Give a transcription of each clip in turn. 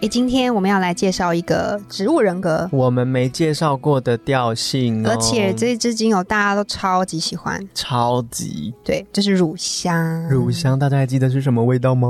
诶，今天我们要来介绍一个植物人格，我们没介绍过的调性、哦，而且这支精油大家都超级喜欢，超级对，就是乳香。乳香，大家还记得是什么味道吗？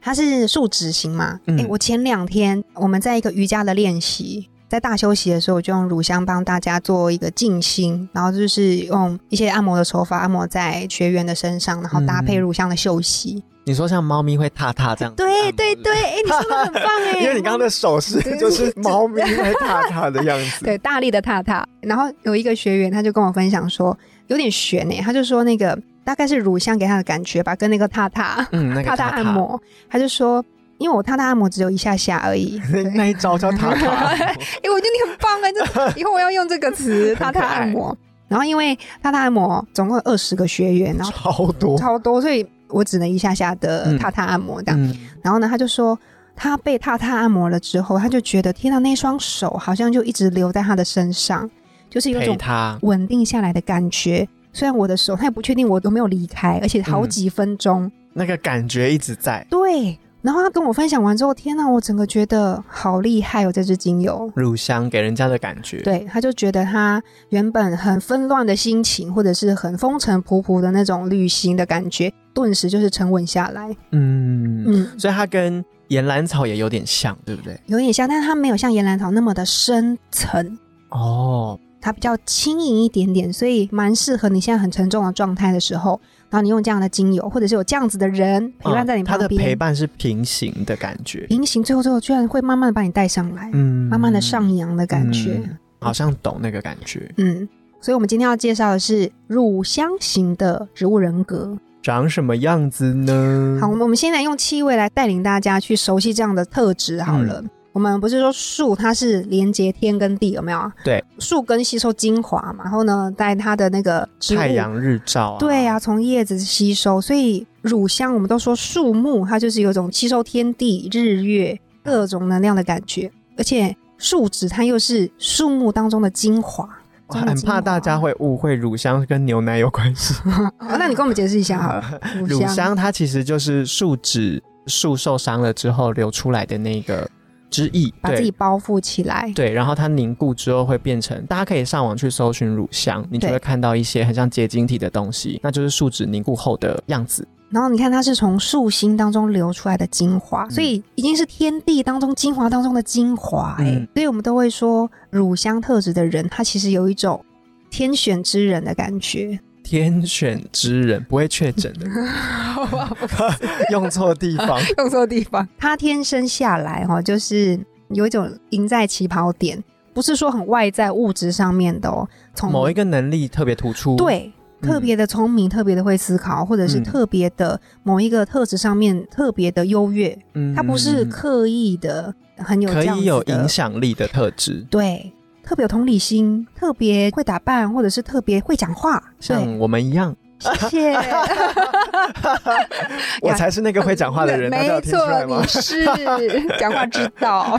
它是树脂型嘛？哎、嗯我前两天我们在一个瑜伽的练习，在大休息的时候，我就用乳香帮大家做一个静心，然后就是用一些按摩的手法按摩在学员的身上，然后搭配嗯乳香的嗅息。你说像猫咪会踏踏这样，对对对，哎、你说的很棒哎，因为你刚刚的手势对就是猫咪会踏踏的样子。对，大力的踏踏。然后有一个学员，他就跟我分享说，有点悬呢、他就说那个大概是乳香给他的感觉吧，跟那个踏踏、嗯，那个踏踏按，摩，他就说，因为我踏踏按摩只有一下下而已。那那一招叫踏踏。哎、我觉得你很棒啊！ 这以后我要用这个词，踏很可踏爱按摩。然后因为踏踏按摩总共有二十个学员，然后 超 多。超多，所以我只能一下下的嗯踏踏按摩这样。嗯，然后呢，他就说他被踏踏按摩了之后，他就觉得天呐，那双手好像就一直留在他的身上，就是有陪种他，稳定下来的感觉。虽然我的手，他也不确定我有没有离开，而且嗯好几分钟。那个感觉一直在。对，然后他跟我分享完之后，天呐，我整个觉得好厉害哦，这支精油。乳香给人家的感觉，对，他就觉得他原本很纷乱的心情，或者是很风尘仆仆的那种旅行的感觉，顿时就是沉稳下来。嗯，嗯，所以它跟岩兰草也有点像，对不对？有点像，但是它没有像岩兰草那么的深层，哦，它比较轻盈一点点，所以蛮适合你现在很沉重的状态的时候，然后你用这样的精油，或者是有这样子的人陪伴在你嗯它旁的边，陪伴是平行的感觉，平行最后最后居然会慢慢的把你带上来，嗯慢慢的上扬的感觉，嗯好像懂那个感觉，嗯所以我们今天要介绍的是乳香型的植物人格。长什么样子呢？好，我们我们先来用气味来带领大家去熟悉这样的特质好了。嗯我们不是说树它是连接天跟地，有没有？对，树根吸收精华嘛，然后呢，在它的那个植物太阳日照啊，对啊，，从叶子吸收，所以乳香我们都说树木它就是有种吸收天地、日月各种能量的感觉，而且树脂它又是树木当中的精华。我中的啊很精华怕大家会误会乳香跟牛奶有关 系。哦，那你跟我们解释一下好了， 乳香香它其实就是树脂树受伤了之后流出来的那个汁液，把对自己包覆起来，对，然后它凝固之后会变成，大家可以上网去搜寻乳香，你就对会看到一些很像结晶体的东西，那就是树脂凝固后的样子。然后你看它是从树心当中流出来的精华，所以已经是天地当中精华当中的精华哎、嗯所以我们都会说乳香特质的人，他其实有一种天选之人的感 觉。天选之人不会确诊 的，用错地方。用错地方。 他天生下来哈、哦，就是有一种赢在起跑点，不是说很外在物质上面的哦，从某一个能力特别突出，，对。嗯特别的聪明，特别的会思考，或者是嗯特别的某一个特质上面特别的优越，嗯他不是嗯刻意的，很有可这样以子有的影，响力的特质，对，特别有同理心，特别会打扮，或者是特别会讲话，对，像我们一 样，谢 谢。我才是那个会讲话 的人，大没家有听出错，来吗你？是 讲话之 道。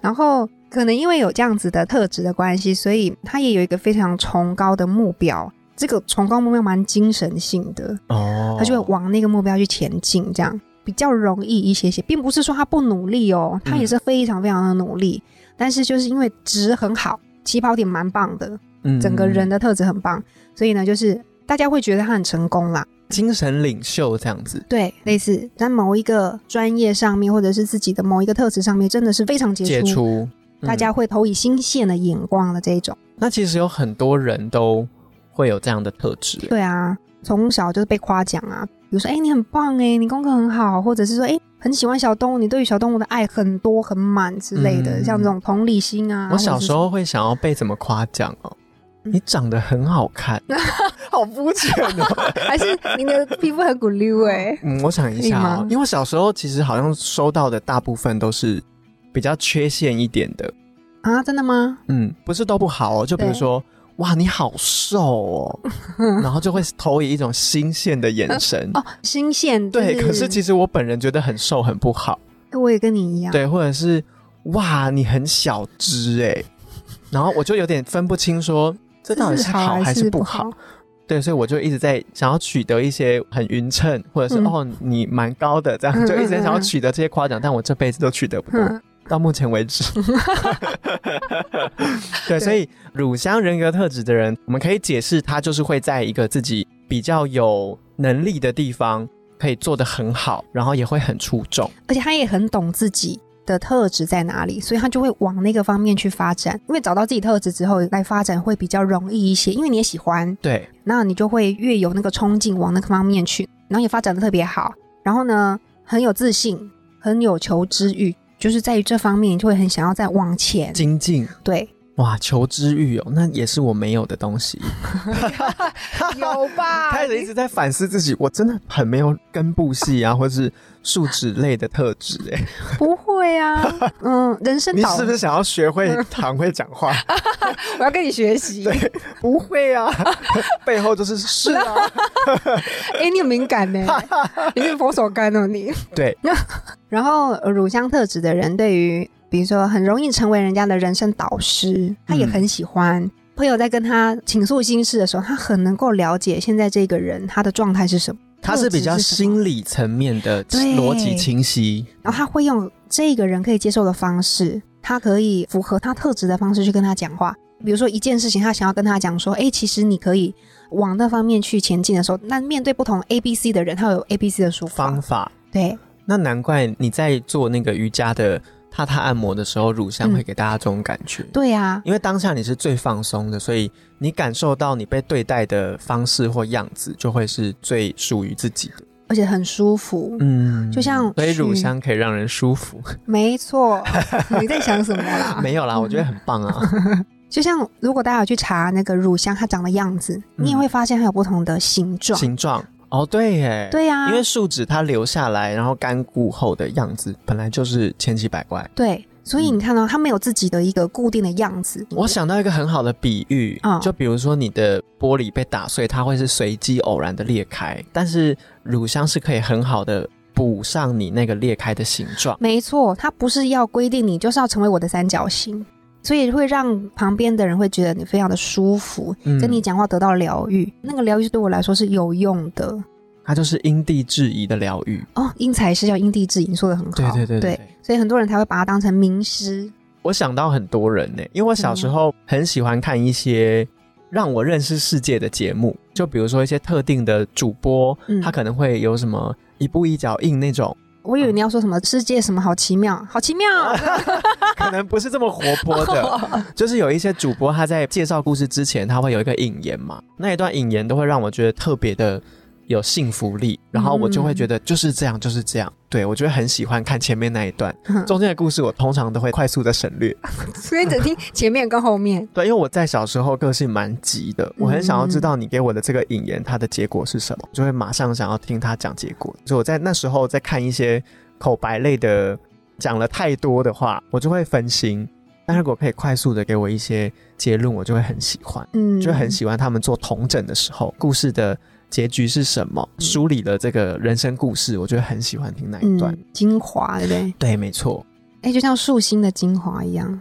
然后可能因为有这样子的特质的关系，所以他也有一个非常崇高的目标。这个崇高目标蛮精神性的，哦他就会往那个目标去前进，这样比较容易一些些，并不是说他不努力哦，嗯他也是非常非常的努力，但是就是因为值很好，起跑点蛮棒的，嗯整个人的特质很棒，所以呢，就是大家会觉得他很成功啦。精神领袖这样子，对，类似在某一个专业上面，或者是自己的某一个特质上面，真的是非常杰杰出，出大。嗯家会投以新鲜的眼光的这一种。那其实有很多人都会有这样的特质，对啊，从小就是被夸奖啊，比如说，哎、你很棒哎、你功课很好，或者是说，哎、很喜欢小动物，你对于小动物的爱很多很满之类的，嗯像这种同理心啊。我小或者是时候会想要被怎么夸奖哦，嗯你长得很好看， 好肤浅 哦。还是你的皮肤很鼓溜哎、嗯，我想一下可以哦吗，因为我小时候其实好像收到的大部分都是比较缺陷一点的，啊，真的吗？嗯，不是都不好哦，就比如对说。哇，你好瘦 哦，然后就会投以一种新鲜的眼神。哦，新鲜。对，就可是其实我本人觉得很瘦很不好。我也跟你一样。对，或者是哇，你很小只哎、然后我就有点分不清说这这到底是好还是是不好。？对，所以我就一直在想要取得一些很匀称，或者是、嗯哦你蛮高的这嗯样，就一直在想要嗯嗯取得这些夸奖，但我这辈子都取得不到，嗯，到目前为 止。对，所以乳香人格特质的人，我们可以解释他就是会在一个自己比较有能力的地方。可以做得很好，然后也会很出众。而且他也很懂自己的特质在哪里，所以他就会往那个方面去发展。因为找到自己特质之后来发展会比较容易一些，因为你也喜欢，对，那你就会越有那个冲劲往那个方面去，然后也发展的特别好。然后呢，很有自信，很有求知欲，就是在于这方面，你就会很想要再往前。精进 对，哇，求知欲哦，那也是我没有的东西。有吧开始一直在反思自己，我真的很没有根部系啊，或是树脂类的特质、哎，不会 啊，嗯，人生你导，是不是想要学会嗯很会讲话？啊我要跟你学习。不会啊， 背后就是是啊。哎、你很敏感呢，你是佛手柑哦你。对， 然后呃乳香特质的人，对于比如说很容易成为人家的人生导师，他也嗯很喜欢。朋友在跟他倾诉心事的时候，他很能够了解现在这个人他的状态是什么，它是比较特质是什么心理层面的对逻辑清晰。然后他会用这个人可以接受的方式，他可以符合他特质的方式去跟他讲话。比如说一件事情，他想要跟他讲说，哎，其实你可以往那方面去前进的时候，那面对不同 A、B、C 的人，他有 A、B、C 的说法方。法，对，那难怪你在做那个瑜伽的踏踏按摩的时候，乳香嗯会给大家这种感觉。对啊，因为当下你是最放松的，所以你感受到你被对待的方式或样子，就会是最属于自己的。而且很舒服。嗯就像所以去乳香可以让人舒服。没 错，你在想什么啦？没有啦，我觉得很棒 啊。就像如果大家有去查那个乳香它长的样子，嗯你也会发现它有不同的形状。形状哦，对耶，、对啊呀、因为树脂它留下来，然后干固后的样子本来就是千奇百怪。对，所以嗯你看到、哦它没有自己的一个固定的样子。我想到一个很好的比喻，嗯就比如说你的玻璃被打碎，它会是随机偶然的裂开，但是乳香是可以很好的补上你那个裂开的形状。没错，它不是要规定你就是要成为我的三角形，所以会让旁边的人会觉得你非常的舒服，嗯跟你讲话得到疗愈。那个疗愈对我来说是有用的它就是因地制宜的疗愈。哦。因材施教，因地制宜，你说的很好。对对对对对所以很多人才会把它当成名师。我想到很多人呢、因为我小时候很喜欢看一些让我认识世界的节目，就比如说一些特定的主播，嗯他可能会有什么一步一脚印那 种，我以为你要说什么世界什么好奇妙，好奇妙。可能不是这么活泼的，哦 就是有一些主播他在介绍故事之前，他会有一个引言嘛，那一段引言都会让我觉得特别的。有信服力，然后我就会觉嗯得就是这样，就是这样。对我就会很喜欢看前面那一段，中间的故事我通常都会快速的省略。所以只听前面跟后面。对，因为我在小时候个性蛮急的，我很想要知嗯道你给我的这个引言它的结果是什么，就会马上想要听他讲结果。所以我在那时候在看一些口白类的，讲了太多的话，我就会分心。但如果可以快速的给我一些结论，我就会很喜欢，嗯就会很喜欢他们做同整的时候，故事的结局是什么，嗯梳理了这个人生故事，我就会很喜欢听那一段。嗯精华，对不对？对，没错。哎，就像树心的精华一样。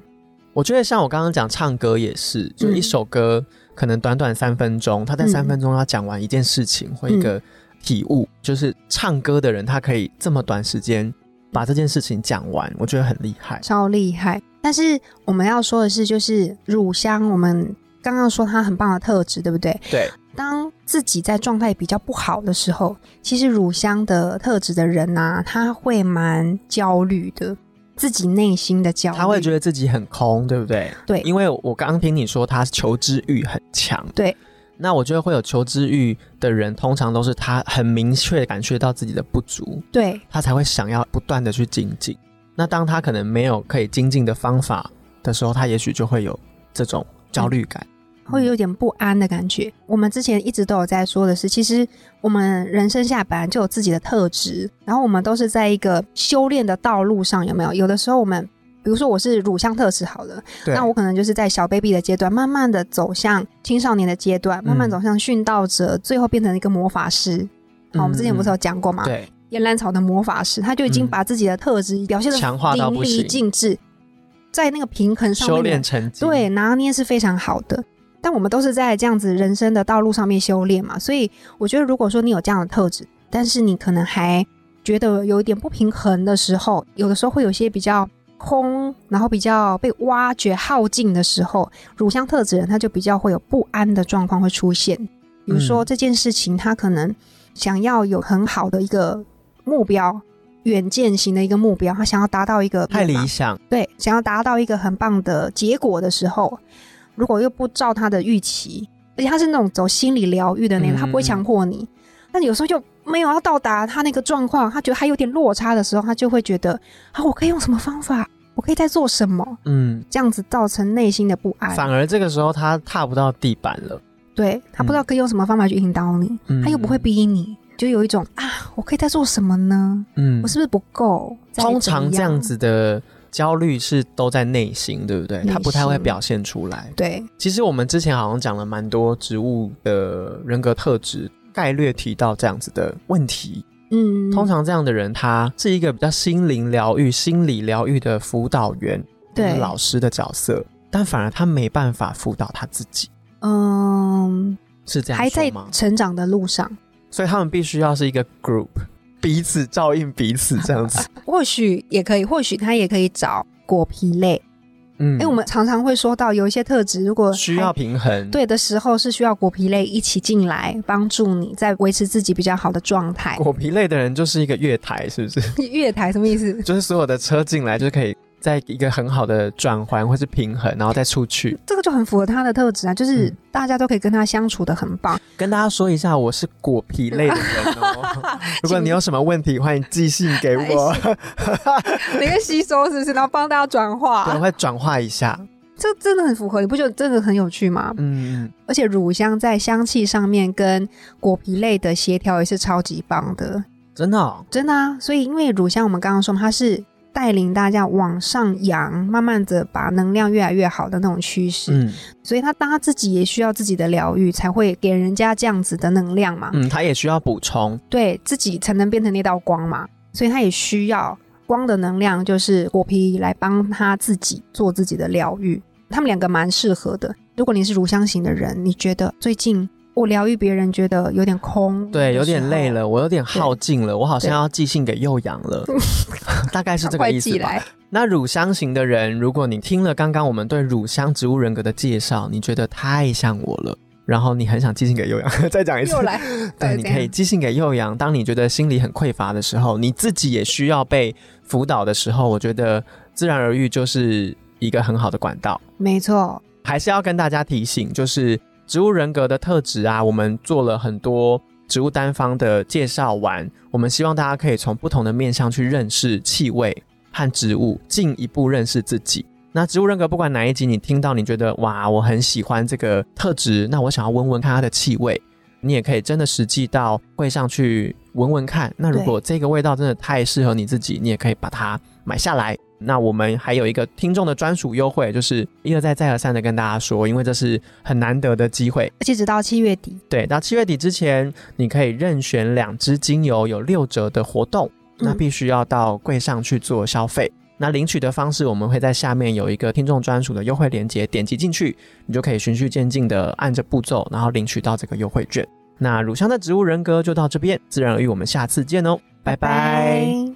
我觉得像我刚刚讲唱歌也是，就嗯一首歌可能短短三分钟，他在三分钟要讲完一件事情或嗯一个体悟，就是唱歌的人他可以这么短时间把这件事情讲完，我觉得很厉害。超厉害。但是我们要说的是，就是乳香，我们刚刚说它很棒的特质，对不对？对，当自己在状态比较不好的时候，其实乳香的特质的人呐、他会蛮焦虑的，自己内心的焦虑，他会觉得自己很空，对不对？对因为我刚刚听你说他求知欲很强，对。那我觉得会有求知欲的人，通常都是他很明确地感觉到自己的不足，对，他才会想要不断的去精进。那当他可能没有可以精进的方法的时候，他也许就会有这种焦虑感。嗯会有点不安的感觉。我们之前一直都有在说的是，其实我们人生下本来就有自己的特质，然后我们都是在一个修炼的道路上，有没有？有的时候我们比如说我是乳香特质好了，对，那我可能就是在小 baby 的阶段，慢慢的走向青少年的阶嗯段，慢慢走向殉道者，最后变成一个魔法师。好，我们之前不是有讲过吗？嗯对嗯岩兰草的魔法师，他就已经把自己的特质表现的强化到淋不漓行，尽致，在那个平衡上修面炼的成绩，对拿捏是非常好的。但我们都是在这样子人生的道路上面修炼嘛，所以我觉得，如果说你有这样的特质，但是你可能还觉得有一点不平衡的时候，有的时候会有些比较空，然后比较被挖掘耗尽的时候，乳香特质人他就比较会有不安的状况会出现。比如说嗯这件事情，他可能想要有很好的一个目标，远见型的一个目标，他想要达到一个太目标理想，对，想要达到一个很棒的结果的时候，如果又不照他的预期，而且他是那种走心理疗愈的那种，他不会嗯强迫你，但有时候就没有要到达他那个状况，他觉得还有点落差的时候，他就会觉得啊，我可以用什么方法，我可以再做什么，嗯，这样子造成内心的不安。反而这个时候他踏不到地板了，对他不知道可以用什么方法去引导你，嗯他又不会逼你，就有一种啊，我可以再做什么呢？嗯我，是不是不够？再通怎么常这样子的焦虑是都在内心，对不对？内他不太会心表现出来。对，其实我们之前好像讲了蛮多植物的人格特质，概略提到这样子的问题。嗯，通常这样的人，他是一个比较心灵疗愈、心理疗愈的辅导员、对老师的角色，但反而他没办法辅导他自己，嗯。是这样还在说吗？成长的路上，所以他们必须要是一个 group，彼此照应彼此这 样子。或许也可以，或许他也可以找果皮类。嗯，哎因为我们常常会说到有一些特质，如果需要还平衡，，对的时候，是需要果皮类一起进来帮助你，在维持自己比较好的状态。果皮类的人就是一个月台，是不是？ 月台什么意思？就是所有的车进来就可以在一个很好的转环或是平衡，然后再出去。这个就很符合他的特质啊，就是嗯大家都可以跟他相处的很 棒。跟大家说一下，我是果皮类的人 哦。如果你有什么问题，欢迎寄信给我，你个吸收是不是？然后帮大家转我化，会转化一下。这真的很符合，你不觉得真的很有趣吗？嗯，而且乳香在香气上面跟果皮类的协调也是超级棒的。真的、哦，真的啊，所以因为乳香，我们刚刚说嘛它是带领大家往上扬，慢慢的把能量越来越好的那种趋势，嗯所以他当他自己也需要自己的疗愈，才会给人家这样子的能量嘛，嗯，他也需要补充，对自己才能变成那道光嘛，所以他也需要光的能量，就是果皮来帮他自己做自己的疗愈，他们两个蛮适合的。如果你是乳香型的人，你觉得最近我疗愈别人觉得有点空，对，有点累了。了，我有点耗尽了，我好像要寄信给幼阳了， 大概是这个快意寄思吧。来，那乳香型的人，如果你听了刚刚我们对乳香植物人格的介绍，你觉得太像我了，然后你很想寄信给悠扬， 再讲一次，又，来对，你怎样可以寄信给悠扬。当你觉得心里很匮乏的时候，你自己也需要被辅导的时候，我觉得自然而愈就是一个很好的管道。没错，还是要跟大家提醒，就是植物人格的特质啊，我们做了很多植物单方的介绍完，我们希望大家可以从不同的面向去认识气味和植物，进一步认识自己。那植物人格不管哪一集你听到，你觉得哇，我很喜欢这个特质，那我想要闻闻看它的气味，你也可以真的实际到会上去闻闻看。那如果这个味道真的太适合你自己，你也可以把它买下来。那我们还有一个听众的专属优惠，就是一而再再而三的跟大家说，因为这是很难得的机会。而且直到七月底，对，到七月底之前，你可以任选两支精油，有六折的活动。那嗯必须要到柜上去做消费。那领取的方式，我们会在下面有一个听众专属的优惠链接，点击进去，你就可以循序渐进的按着步骤，然后领取到这个优惠券。那乳香的植物人格就到这边，自然而愈，我们下次见哦，拜拜拜